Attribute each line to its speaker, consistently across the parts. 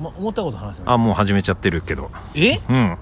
Speaker 1: ま、思ったこと話せない
Speaker 2: あ、もう始めちゃってるけど。
Speaker 1: え
Speaker 2: うん。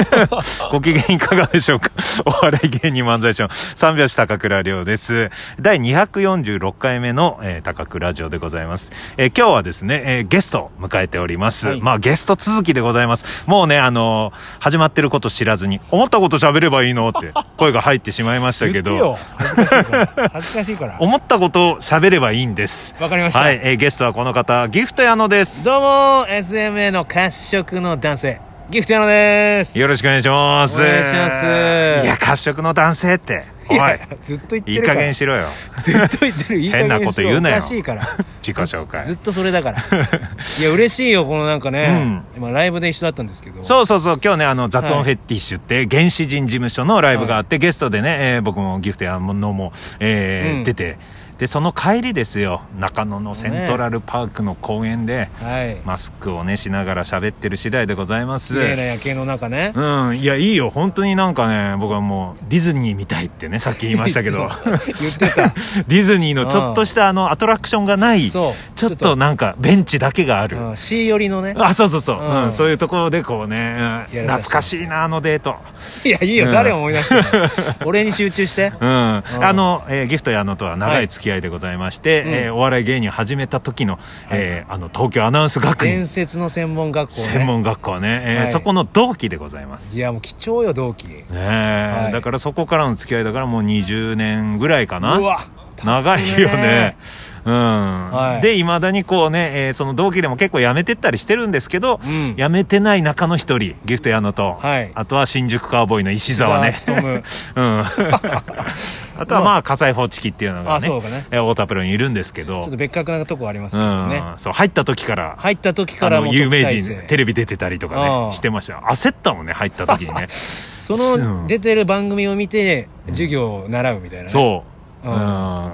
Speaker 2: ご機嫌いかがでしょうか お笑い芸人漫才師の三拍子高倉涼です。第246回目の、えー高倉城でございます。えー今日はですね、えーゲストを迎えております。
Speaker 1: はい
Speaker 2: まあゲスト続きでございます。もうね、あのー始まってること知らずに、思ったこと喋ればいいの って声が入ってしまいました
Speaker 1: 言
Speaker 2: け
Speaker 1: ってよ
Speaker 2: ど、
Speaker 1: 恥ずかしい から恥ずかしいから
Speaker 2: 思ったこと喋ればいいんです。
Speaker 1: わかりました、
Speaker 2: はい、えーゲストはこの方、ギフト矢野です。
Speaker 1: どうも SMA の褐色の男性ギフトヤノです
Speaker 2: よろ
Speaker 1: しく
Speaker 2: しくお願いします。
Speaker 1: お願いします
Speaker 2: いや、褐色の男性って。おい、
Speaker 1: ずっと言って
Speaker 2: いい
Speaker 1: るか
Speaker 2: 加
Speaker 1: ら
Speaker 2: 減しろよ。
Speaker 1: ずっと言ってるいい加減
Speaker 2: 変なこと言うなよ
Speaker 1: おかしいから
Speaker 2: 自己紹介
Speaker 1: ず。っとそれだ からいや嬉しいよこのなんかね、今ライブで一緒だったんですけど
Speaker 2: そうそうそう、今日ね、あの、雑
Speaker 1: は
Speaker 2: 音
Speaker 1: い
Speaker 2: フェティッシュって、原始人事務所のライブがあって、ゲストでね、えー僕もギフトやものも、えー
Speaker 1: うん
Speaker 2: 出て、で、その帰りですよ、中野のセントラルパークの公園で、
Speaker 1: はい
Speaker 2: マスクをね、しながら喋ってる次第でございま
Speaker 1: 綺
Speaker 2: す。
Speaker 1: 麗な夜景の中ね
Speaker 2: うん、いや、いいよ、本当になんかね、僕はもう、ディズニーみたいってね、さっき言いました けど。
Speaker 1: 言ってた
Speaker 2: ディズニーのちょっとしたあのアトラクションがないちょ
Speaker 1: そう
Speaker 2: っとなんかベンチだけがある、
Speaker 1: うん C 寄りのね
Speaker 2: あそうそうそう、
Speaker 1: うん
Speaker 2: うんそういうところでこうね、うん
Speaker 1: しい
Speaker 2: 懐かしいなあのデート
Speaker 1: いやいいよ、
Speaker 2: うん
Speaker 1: 誰思い出して んの俺に集中して
Speaker 2: うん、あの、えーギフトやのとは長い付き合いでございまして、
Speaker 1: うん
Speaker 2: えーお笑い芸人始めた時の、えーあの東京アナウンス学院
Speaker 1: 伝説の専門学校ね
Speaker 2: 専門学校ね、えー
Speaker 1: はい
Speaker 2: そこの同期でございます
Speaker 1: いやもう貴重よ同期
Speaker 2: ねえ、
Speaker 1: い
Speaker 2: だからそこからの付き合いだからもう20年ぐらいか
Speaker 1: う
Speaker 2: な長いよ ね。うん、
Speaker 1: い
Speaker 2: でいまだにこうね、えーその同期でも結構やめてったりしてるんですけど、
Speaker 1: うん
Speaker 2: やめてない中の一人ギフト矢野と、
Speaker 1: はい
Speaker 2: あとは新宿カーボーイの石沢ね
Speaker 1: 石沢 勉
Speaker 2: うん、あとはまあ火災報知器っていうのが
Speaker 1: あ
Speaker 2: ね
Speaker 1: そうかね
Speaker 2: えー太田プロにいるんですけど
Speaker 1: ちょっと別格なとこあります
Speaker 2: う
Speaker 1: けど
Speaker 2: ん、
Speaker 1: ね、
Speaker 2: そう入った時から
Speaker 1: 入った時か
Speaker 2: あ
Speaker 1: ら
Speaker 2: の
Speaker 1: も
Speaker 2: 有名
Speaker 1: 特待
Speaker 2: 人
Speaker 1: 生
Speaker 2: テレビ出てたりとか
Speaker 1: う
Speaker 2: ね
Speaker 1: ん
Speaker 2: してました焦ったもんね入った時 にね
Speaker 1: そ
Speaker 2: うん
Speaker 1: の出てる番組を見て授業を習うみたいな、ね、
Speaker 2: そう、
Speaker 1: うん
Speaker 2: うん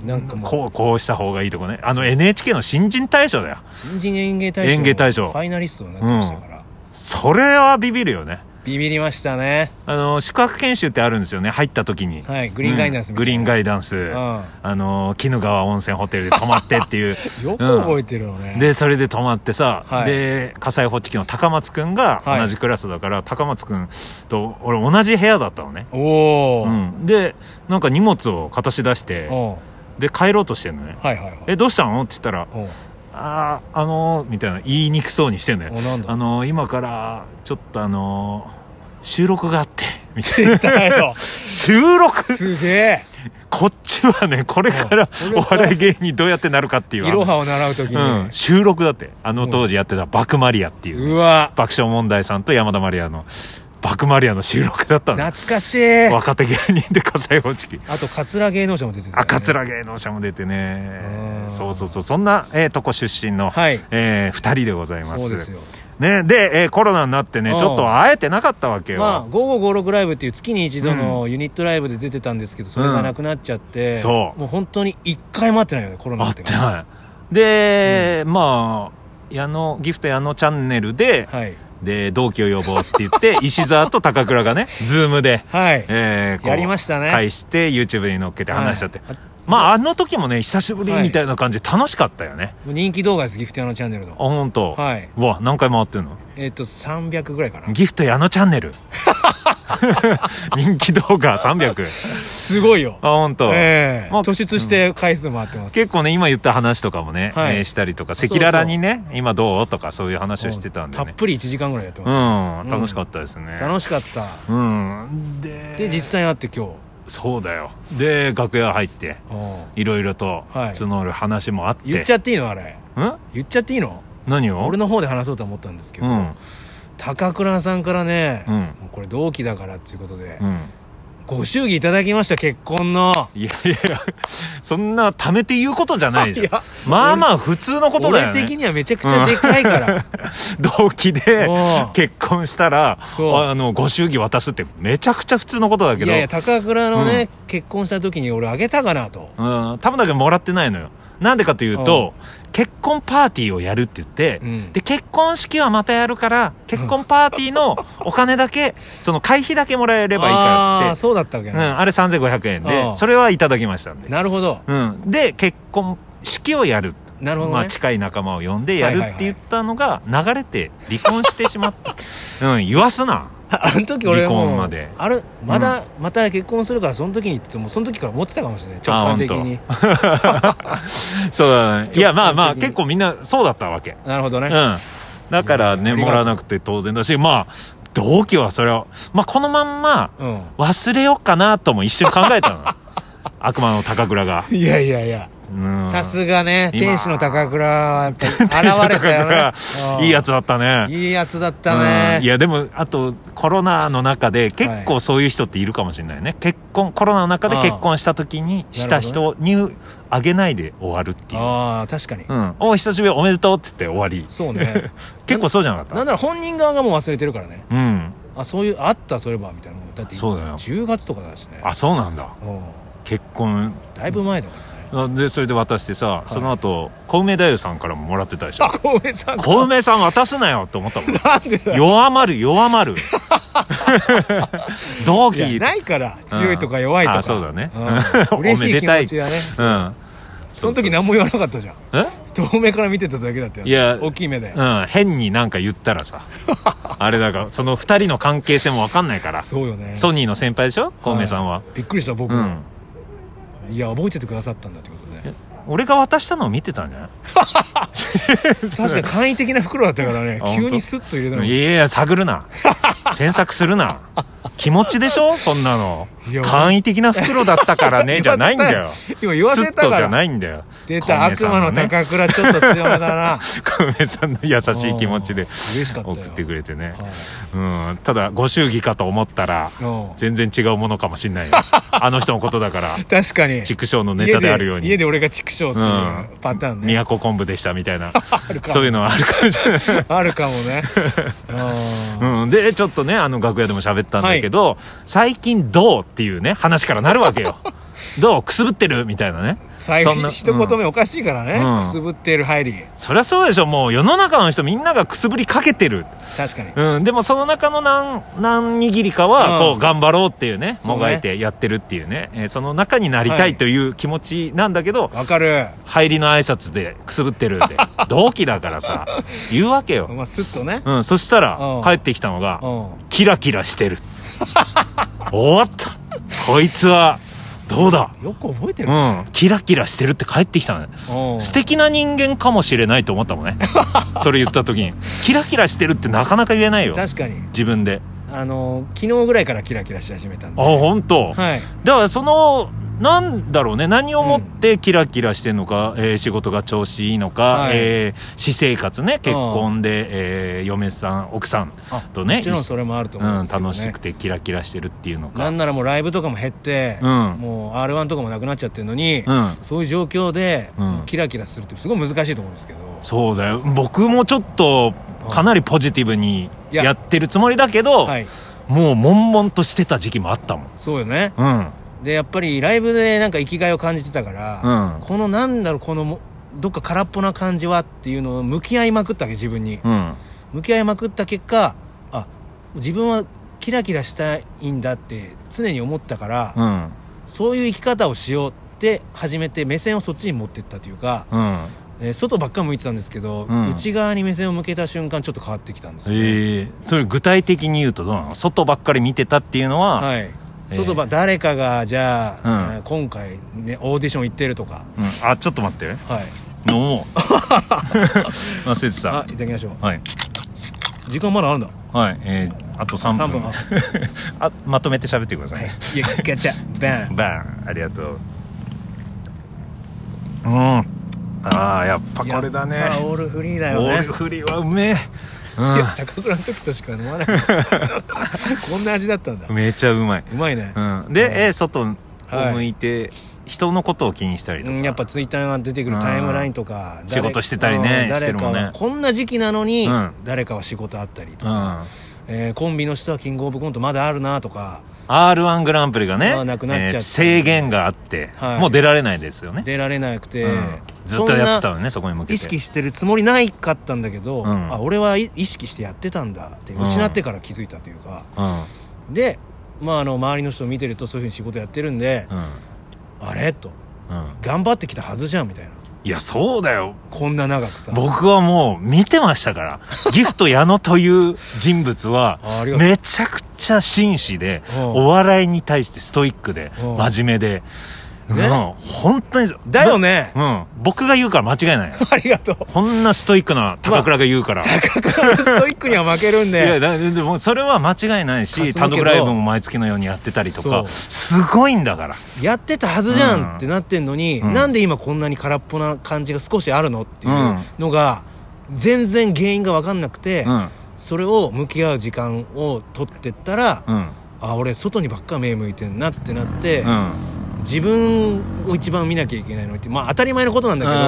Speaker 1: なんかもう
Speaker 2: こうこうした方がいいとかねあの NHK の新人大賞だよ
Speaker 1: 新人演芸大賞
Speaker 2: 演芸大賞
Speaker 1: ファイナリストになってましたから、
Speaker 2: それはビビるよね
Speaker 1: ビビりましたね
Speaker 2: あの宿泊研修ってあるんですよね入った時に、
Speaker 1: はいグリーンガイダンス
Speaker 2: うん
Speaker 1: み
Speaker 2: グ
Speaker 1: た
Speaker 2: リ
Speaker 1: いな
Speaker 2: ーンガイダンス、
Speaker 1: ん
Speaker 2: あの鬼怒川温泉ホテルで泊まってっていう
Speaker 1: よく覚
Speaker 2: え
Speaker 1: えてるよね、
Speaker 2: でそれで泊まってさ、
Speaker 1: はい
Speaker 2: で火災報知器の高松くんが
Speaker 1: はい
Speaker 2: 同じクラスだから、高松くんと俺同じ部屋だったのね、
Speaker 1: おお、
Speaker 2: うん、でなんか荷物を片し出して
Speaker 1: おう
Speaker 2: で帰ろうとしてんのね
Speaker 1: はいはいはい
Speaker 2: えどうしたのって言ったら
Speaker 1: おう
Speaker 2: あーあのー、みたいな言いにくそうにしてんのよ
Speaker 1: おなんだ
Speaker 2: あのー、今からちょっとあのー、収録があって みたいな
Speaker 1: 出たよ
Speaker 2: 収録
Speaker 1: すげえ
Speaker 2: こっちはねこれから
Speaker 1: うん
Speaker 2: お笑い芸人どうやってなるかってい
Speaker 1: いうろはを習う時に、
Speaker 2: うん、収録だってあの当時やってた「バクマリア」っていうう
Speaker 1: わ
Speaker 2: 爆笑問題さんと山田マリアの「バクマリア」の収録だったの
Speaker 1: 懐かしいあ
Speaker 2: 若手芸人で火災報知器
Speaker 1: と桂芸能者も出てた、ね、
Speaker 2: 赤面芸能者も出てね
Speaker 1: うん
Speaker 2: そうそうそうそんな、えーとこ出身の、
Speaker 1: はい
Speaker 2: えー、2人でございます
Speaker 1: そうですよ
Speaker 2: ね、で、えーコロナになってね、
Speaker 1: うん
Speaker 2: ちょっと会えてなかったわけよ。
Speaker 1: まあ「午後56ライブ」っていう月に一度のユニットライブで出てたんですけどそれがなくなっちゃって、
Speaker 2: んそう
Speaker 1: もう本当に一回も会ってないよねコロナ
Speaker 2: 会
Speaker 1: っ
Speaker 2: っててない。で、まあ、矢野、ギフト矢野チャンネルで、
Speaker 1: はい
Speaker 2: で、同期を呼ぼうって 言って、石沢と高倉がね、ズームで、
Speaker 1: はい
Speaker 2: えーこう
Speaker 1: やりましたね
Speaker 2: 返して、YouTube に乗っけて話しちゃって。
Speaker 1: はい
Speaker 2: まあ、あの時もね、久しぶりみたいな感じで楽しかったよね。
Speaker 1: 人気動画ですギフト屋のチャンネルの
Speaker 2: あ、ほんと。
Speaker 1: はいう
Speaker 2: わ、何回回ってんの
Speaker 1: えっ、と300ぐらいかな
Speaker 2: ギフト矢野チャン ネル。 人気動画300。
Speaker 1: すごいよ
Speaker 2: あ、ほんと。
Speaker 1: ええ
Speaker 2: まあ
Speaker 1: 突出して回数回ってます、
Speaker 2: 結構ね今言った話とかもね、
Speaker 1: はい
Speaker 2: えーしたりとか
Speaker 1: そう
Speaker 2: 赤
Speaker 1: そう
Speaker 2: 裸々にね今どうとかそういう話をしてたんで
Speaker 1: た
Speaker 2: ね
Speaker 1: っぷり1時間ぐらいやって
Speaker 2: う
Speaker 1: ます、
Speaker 2: ん
Speaker 1: ん
Speaker 2: 楽しかったですね、
Speaker 1: 楽しかった
Speaker 2: うんで
Speaker 1: で実際に会って今日
Speaker 2: そうだよで楽屋入って
Speaker 1: うん
Speaker 2: いろいろと
Speaker 1: はい
Speaker 2: 募る話もあって、
Speaker 1: 言っちゃっていいのあれ
Speaker 2: うん
Speaker 1: 言っちゃっていいの
Speaker 2: 何を
Speaker 1: 俺の方で話そうと思ったんですけ
Speaker 2: う
Speaker 1: ど、
Speaker 2: ん
Speaker 1: 高倉さんからね、
Speaker 2: うん
Speaker 1: もうこれ同期だからっていうことで、
Speaker 2: うん
Speaker 1: ご祝儀いただきました結婚の
Speaker 2: いやいやそんなためて言うことじゃないじゃん
Speaker 1: いや
Speaker 2: まあまあ普通のことだよ
Speaker 1: 俺的
Speaker 2: ね
Speaker 1: にはめちゃくちゃでかいから、
Speaker 2: 同期で
Speaker 1: うん
Speaker 2: 結婚したら
Speaker 1: そう
Speaker 2: あのご祝儀渡すってめちゃくちゃ普通のことだけど
Speaker 1: いやいや高倉のね、結婚した時に俺あげたかなと
Speaker 2: うん、多分だけどもらってないのよ。なんでかというと、結婚パーティーをやるって言って、
Speaker 1: うん
Speaker 2: で、結婚式はまたやるから、結婚パーティーのお金だけ、その会費だけもらえればいいか
Speaker 1: あ
Speaker 2: ら
Speaker 1: あ
Speaker 2: って
Speaker 1: そうだったわけ
Speaker 2: 言って、うん、
Speaker 1: ね、
Speaker 2: あれ3500円で
Speaker 1: う、ん
Speaker 2: それはいただきましたんで。
Speaker 1: なるほど
Speaker 2: うん。で、結婚式をやる。
Speaker 1: なるほどね
Speaker 2: まあ、近い仲間を呼んでやるって言ったのが流れて離婚してし まった、うん、言わすな
Speaker 1: あの時俺
Speaker 2: 離
Speaker 1: も
Speaker 2: 婚
Speaker 1: う
Speaker 2: まで
Speaker 1: あれまだ、また結婚するからその時にって言ってもうその時から思ってたかもしれない直感的に
Speaker 2: そうだねいやまあまあ
Speaker 1: 直感的に
Speaker 2: 結構みんなそうだったわけ
Speaker 1: なるほどね、
Speaker 2: うん。だからね、
Speaker 1: ありが
Speaker 2: も
Speaker 1: とう
Speaker 2: らわなくて当然だし、まあ、同期はそれは、まあこのまんま
Speaker 1: うん
Speaker 2: 忘れようかなとも一瞬考え たの。悪魔の高倉が。
Speaker 1: いやいやいや
Speaker 2: うん
Speaker 1: さすがね
Speaker 2: 今
Speaker 1: 天使の高倉はやっぱり現
Speaker 2: 天使の
Speaker 1: れ
Speaker 2: 高
Speaker 1: たよね
Speaker 2: 倉いいや
Speaker 1: つ
Speaker 2: つだったね。
Speaker 1: いいやつだった
Speaker 2: うん
Speaker 1: ね
Speaker 2: いやでもあとコロナの中で結構そういう人っているかもしれないね、結婚コロナの中で結婚した時に
Speaker 1: あー
Speaker 2: した人にあげないで終わるっていう、
Speaker 1: ああ確かに、
Speaker 2: うん、お久しぶりおめでとうって言って終わり
Speaker 1: そう ね
Speaker 2: 結構そうじゃなか
Speaker 1: な
Speaker 2: っ
Speaker 1: んなら本人側がもう忘れてるからね
Speaker 2: たうん
Speaker 1: あそういうあったそういえばみたいなもんだって
Speaker 2: そうだよ
Speaker 1: 10月とかだしね
Speaker 2: あそうなんだ
Speaker 1: うん
Speaker 2: 結婚
Speaker 1: だいぶ前だからね
Speaker 2: あでそれで渡してさ、その後小梅太夫さんからももらってたでしょ
Speaker 1: あ小梅 さん
Speaker 2: 小梅さん渡すなよって思った もん
Speaker 1: なんでだよ
Speaker 2: 弱まる弱 まる同
Speaker 1: いや
Speaker 2: 期
Speaker 1: ないから強いとか弱いとか、
Speaker 2: あそうだね
Speaker 1: うん 嬉しい気持ちはね
Speaker 2: うん
Speaker 1: その時何も言わなかったじゃん
Speaker 2: え
Speaker 1: 遠目から見てただけだったよ
Speaker 2: いや
Speaker 1: 大きい目で、
Speaker 2: うん変になんか言った らさあれだからその二人の関係性も分かんないから
Speaker 1: そうよね
Speaker 2: ソニーの先輩でしょ小梅さんは、
Speaker 1: びっくりした僕、
Speaker 2: うん
Speaker 1: いや覚えててくださったんだってことね
Speaker 2: 俺が渡したのを見てたんじゃない
Speaker 1: 確かに簡易的な袋だったからね
Speaker 2: あ本当
Speaker 1: 急にスッと入れたの
Speaker 2: い
Speaker 1: い
Speaker 2: やいや探 るな詮索するな気持ちでしょそんなの
Speaker 1: いや
Speaker 2: 簡易的な袋だったからねじゃないんだよ
Speaker 1: 今言わせた
Speaker 2: スッとじ
Speaker 1: か
Speaker 2: ゃ
Speaker 1: ら
Speaker 2: ないんだよ
Speaker 1: 出た悪魔の
Speaker 2: 高
Speaker 1: 高倉ちょっと強めだな
Speaker 2: 久米さんの優しい気持ちで
Speaker 1: うん嬉しかったよ
Speaker 2: 送ってくれてね、
Speaker 1: はい
Speaker 2: うんただご祝儀かと思ったら
Speaker 1: うん
Speaker 2: 全然違うものかもし んないよあの人のことだから
Speaker 1: 確かに
Speaker 2: 畜生のネタであるよう
Speaker 1: 家で家
Speaker 2: に
Speaker 1: で俺が畜生っていうパターンね、
Speaker 2: 宮古昆布でしたみた いな
Speaker 1: るか
Speaker 2: そういうのはあるかもしれない
Speaker 1: あるかもねうん
Speaker 2: うん、でちょっとねあの楽屋でも喋ったんだけど、最近どうっていうね話からなるわ けよどうくすぶってるみたいなね
Speaker 1: 最
Speaker 2: そん
Speaker 1: 初
Speaker 2: な
Speaker 1: 一言目おかしいからね、
Speaker 2: うん
Speaker 1: くすぶってる入り
Speaker 2: そりゃそうでしょもう世の中の人みんながくすぶりかけてる、
Speaker 1: 確かに
Speaker 2: うん、でもその中の何何握りかは
Speaker 1: うん
Speaker 2: こう頑張ろうっていうね、
Speaker 1: そうね
Speaker 2: もがいてやってるっていうねえーその中になりた
Speaker 1: はいい
Speaker 2: という気持ちなんだけど、
Speaker 1: わかる
Speaker 2: 入りの挨拶でくすぶってる って同期だからさ言うわけよ、
Speaker 1: まあスッとね
Speaker 2: うん、そしたら
Speaker 1: うん
Speaker 2: 帰ってきたのが、
Speaker 1: う
Speaker 2: キラキラしてる おわったこいつはどうだ
Speaker 1: んよく覚えてる
Speaker 2: う、んキラキラしてるって帰ってきたのね
Speaker 1: うん
Speaker 2: 素敵な人間かもしれないと思ったもんねそれ言った時にキラキラしてるってなかなか言えないよ
Speaker 1: 確かに
Speaker 2: 自分で
Speaker 1: あの昨日ぐらいからキラキラし始めたん
Speaker 2: あ
Speaker 1: で
Speaker 2: 本当、
Speaker 1: はい
Speaker 2: だからそのなんだろうね何をもってキラキラしてんのか、えー仕事が調子いいのか、
Speaker 1: はい
Speaker 2: えー私生活ね結婚で、えー嫁さん奥さん
Speaker 1: あ
Speaker 2: とね
Speaker 1: もちろんそれもあると
Speaker 2: う
Speaker 1: 思うん
Speaker 2: ん、
Speaker 1: ですけど、ね
Speaker 2: 楽しくてキラキラしてるっていうのか
Speaker 1: なんならもうライブとかも減って、
Speaker 2: うん
Speaker 1: もう r 1とかもなくなっちゃってるのに、
Speaker 2: うん
Speaker 1: そういう状況で、
Speaker 2: うん
Speaker 1: キラキラするってすごい難しいと思うんですけど
Speaker 2: そうだよ僕もちょっとかなりポジティブに
Speaker 1: いや
Speaker 2: やってるつもりだけど、
Speaker 1: はい
Speaker 2: もう悶々としてた時期もあったもん
Speaker 1: そうよね
Speaker 2: うん
Speaker 1: でやっぱりライブでなんか生きがいを感じてたから、
Speaker 2: うん
Speaker 1: このなんだろうこのもどっか空っぽな感じはっていうのを向き合いまくったわけ自分に、
Speaker 2: うん
Speaker 1: 向き合いまくった結果あ自分はキラキラしたいんだって常に思ったから、
Speaker 2: うん
Speaker 1: そういう生き方をしようって始めて目線をそっちに持ってったというか、
Speaker 2: うん
Speaker 1: えー外ばっか向いてたんですけど、
Speaker 2: うん
Speaker 1: 内側に目線を向けた瞬間ちょっと変わってきたんですよね、
Speaker 2: ええそれ具体的に言うとどうなの外ばっかり見てたっていうのは、
Speaker 1: はい
Speaker 2: えー
Speaker 1: 外ば誰かがじゃあ、
Speaker 2: うん
Speaker 1: えー今回、ね、オーディション行ってるとか
Speaker 2: うん、あちょっと待って
Speaker 1: はい
Speaker 2: 飲も う 忘れて
Speaker 1: あ
Speaker 2: た
Speaker 1: いただきましょう
Speaker 2: はい
Speaker 1: 時間まだあるんだ
Speaker 2: はいえー、あと3分
Speaker 1: 3
Speaker 2: あまとめて喋ってくださ
Speaker 1: は
Speaker 2: い、
Speaker 1: い
Speaker 2: ね
Speaker 1: いやガチャバン
Speaker 2: バーンありがとううんああやっぱこれだね
Speaker 1: やっぱオールフリーだよ
Speaker 2: オー
Speaker 1: ね
Speaker 2: ルフリーはうめ
Speaker 1: い
Speaker 2: え、
Speaker 1: や高倉の時としか飲まない こんな味だったんだ
Speaker 2: うん、めちゃうまい、
Speaker 1: うまいね
Speaker 2: う、ん、で、えー外を向いて、人のことを気にしたりと
Speaker 1: う
Speaker 2: か、
Speaker 1: んやっぱツイッターが出てくるタイムラインとか誰
Speaker 2: 仕事してたりね
Speaker 1: うん
Speaker 2: して
Speaker 1: 誰
Speaker 2: る
Speaker 1: か
Speaker 2: もんね
Speaker 1: はこんな時期なのに
Speaker 2: うん
Speaker 1: 誰かは仕事あったりと
Speaker 2: う
Speaker 1: か
Speaker 2: ん、
Speaker 1: えーコンビの人はキングオブコントまだあるなとか
Speaker 2: r 1グランプリがね
Speaker 1: あーなくなっちゃって
Speaker 2: えー制限があって、
Speaker 1: はい
Speaker 2: もう出られないですよね、
Speaker 1: 出られなくて、
Speaker 2: うん、ずっとやってたの
Speaker 1: そんな
Speaker 2: ねそこに向けて
Speaker 1: 意識してるつもりないかったんだけど、
Speaker 2: うん
Speaker 1: あ俺はい意識してやってたんだって
Speaker 2: うん
Speaker 1: 失ってから気づいたというか、
Speaker 2: うん
Speaker 1: で、まあ、あの周りの人を見てるとそういうふうに仕事やってるんで、
Speaker 2: うん
Speaker 1: あれと
Speaker 2: うん
Speaker 1: 頑張ってきたはずじゃんみたいな
Speaker 2: いや、そうだよ。
Speaker 1: こんな長くさ
Speaker 2: 僕はもう見てまし たから。ギフト矢野という人物は
Speaker 1: あありが、とう
Speaker 2: めちゃくちゃ紳士で、
Speaker 1: うん
Speaker 2: お笑いに対してストイックで、
Speaker 1: うん
Speaker 2: 真面目で、
Speaker 1: ね
Speaker 2: うん、本当に、
Speaker 1: だよね
Speaker 2: ぼうん。僕が言うから間違いない。
Speaker 1: ありがとう
Speaker 2: こんなストイックな高倉が言うから。
Speaker 1: ストイックには負けるん
Speaker 2: いや
Speaker 1: で
Speaker 2: だでもそれは間違いな
Speaker 1: か
Speaker 2: いし
Speaker 1: すむけど
Speaker 2: 単独ライブも毎月のようにやってたりと
Speaker 1: そ
Speaker 2: か
Speaker 1: う
Speaker 2: すごいんだから
Speaker 1: やってたはずじゃんってなってんのに、
Speaker 2: うん
Speaker 1: なんで今こんなに空っぽな感じが少しあるのっていう
Speaker 2: うん
Speaker 1: のが全然原因が分かんなくて、
Speaker 2: うん
Speaker 1: それを向き合う時間を取ってったら、
Speaker 2: うん
Speaker 1: あ俺外にばっか目向いてんなってなって、
Speaker 2: うん
Speaker 1: 自分を一番見なきゃいけないのってまあ当たり前のことなんだけど、
Speaker 2: うん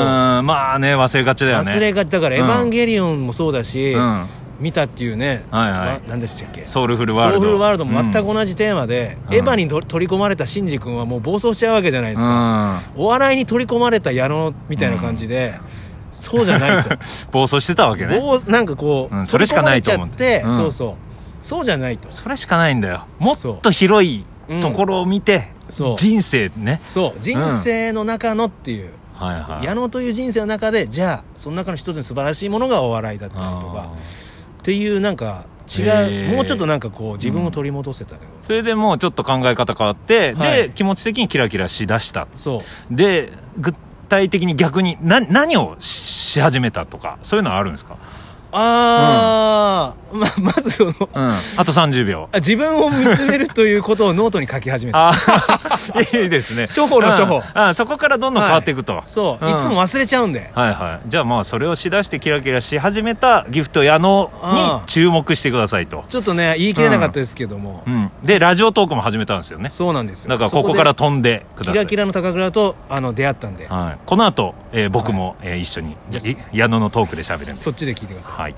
Speaker 2: まあね忘れがちだよね
Speaker 1: 忘れがだから「エ
Speaker 2: うん
Speaker 1: ヴァンゲリオン」もそうだし、
Speaker 2: うん
Speaker 1: 見たっていうね、
Speaker 2: はいはい
Speaker 1: まなんでしたっけ
Speaker 2: ソウルフルワール
Speaker 1: ソ
Speaker 2: ド
Speaker 1: ウルワールドも全く同じテーマで、
Speaker 2: うん
Speaker 1: エヴァにと取り込まれたシンジ君はもう暴走しちゃうわけじゃないですか、
Speaker 2: うん
Speaker 1: お笑いに取り込まれた矢野みたいな感じで、そうじゃ ないと
Speaker 2: 暴走してたわけね
Speaker 1: 暴なんかこう、
Speaker 2: うんそれしかないと思う
Speaker 1: 取り込まれちゃって、
Speaker 2: うん
Speaker 1: そうそうそうじゃないと
Speaker 2: それしかないんだよもっ
Speaker 1: そう
Speaker 2: と広いところを見て
Speaker 1: んそう
Speaker 2: 人生ね
Speaker 1: そう人生の中のっていう、
Speaker 2: はいはい
Speaker 1: 矢野という人生の中でじゃあその中の一つに素晴らしいものがお笑いだったりとか
Speaker 2: あー
Speaker 1: っていうなんか違う、
Speaker 2: へー
Speaker 1: もうちょっとなんかこう自分を取り戻せたけど、
Speaker 2: それでもうちょっと考え方変わって
Speaker 1: は
Speaker 2: で
Speaker 1: い
Speaker 2: 気持ち的にキラキラしだした
Speaker 1: そう
Speaker 2: で具体的に逆にな何をしし始めたとかそういうのはあるんですか、
Speaker 1: ああ、ままずその
Speaker 2: うん、あと30秒
Speaker 1: あ自分を見つめるということをノートに書き始めた
Speaker 2: あー いいですね
Speaker 1: 初歩の初歩
Speaker 2: うんあーそこからどんどん変わっていくと、
Speaker 1: そう、
Speaker 2: ん
Speaker 1: いつも忘れちゃうんで
Speaker 2: はいはいじゃあまあそれをしだしてキラキラし始めたギフト矢野に注目してくださいと、
Speaker 1: ちょっとね言い切れなかったですけども、
Speaker 2: うん、でラジオトークも始めたんですよね
Speaker 1: そうなんですよ
Speaker 2: だから
Speaker 1: そ
Speaker 2: こ
Speaker 1: で
Speaker 2: こから飛んでくださ
Speaker 1: キ
Speaker 2: い
Speaker 1: ラキラの高倉とあの出会ったんで、
Speaker 2: はい、この後、えー僕も、えー一緒に
Speaker 1: じゃあ
Speaker 2: い矢野のトークで喋るんで
Speaker 1: そっちで聞いてください
Speaker 2: はい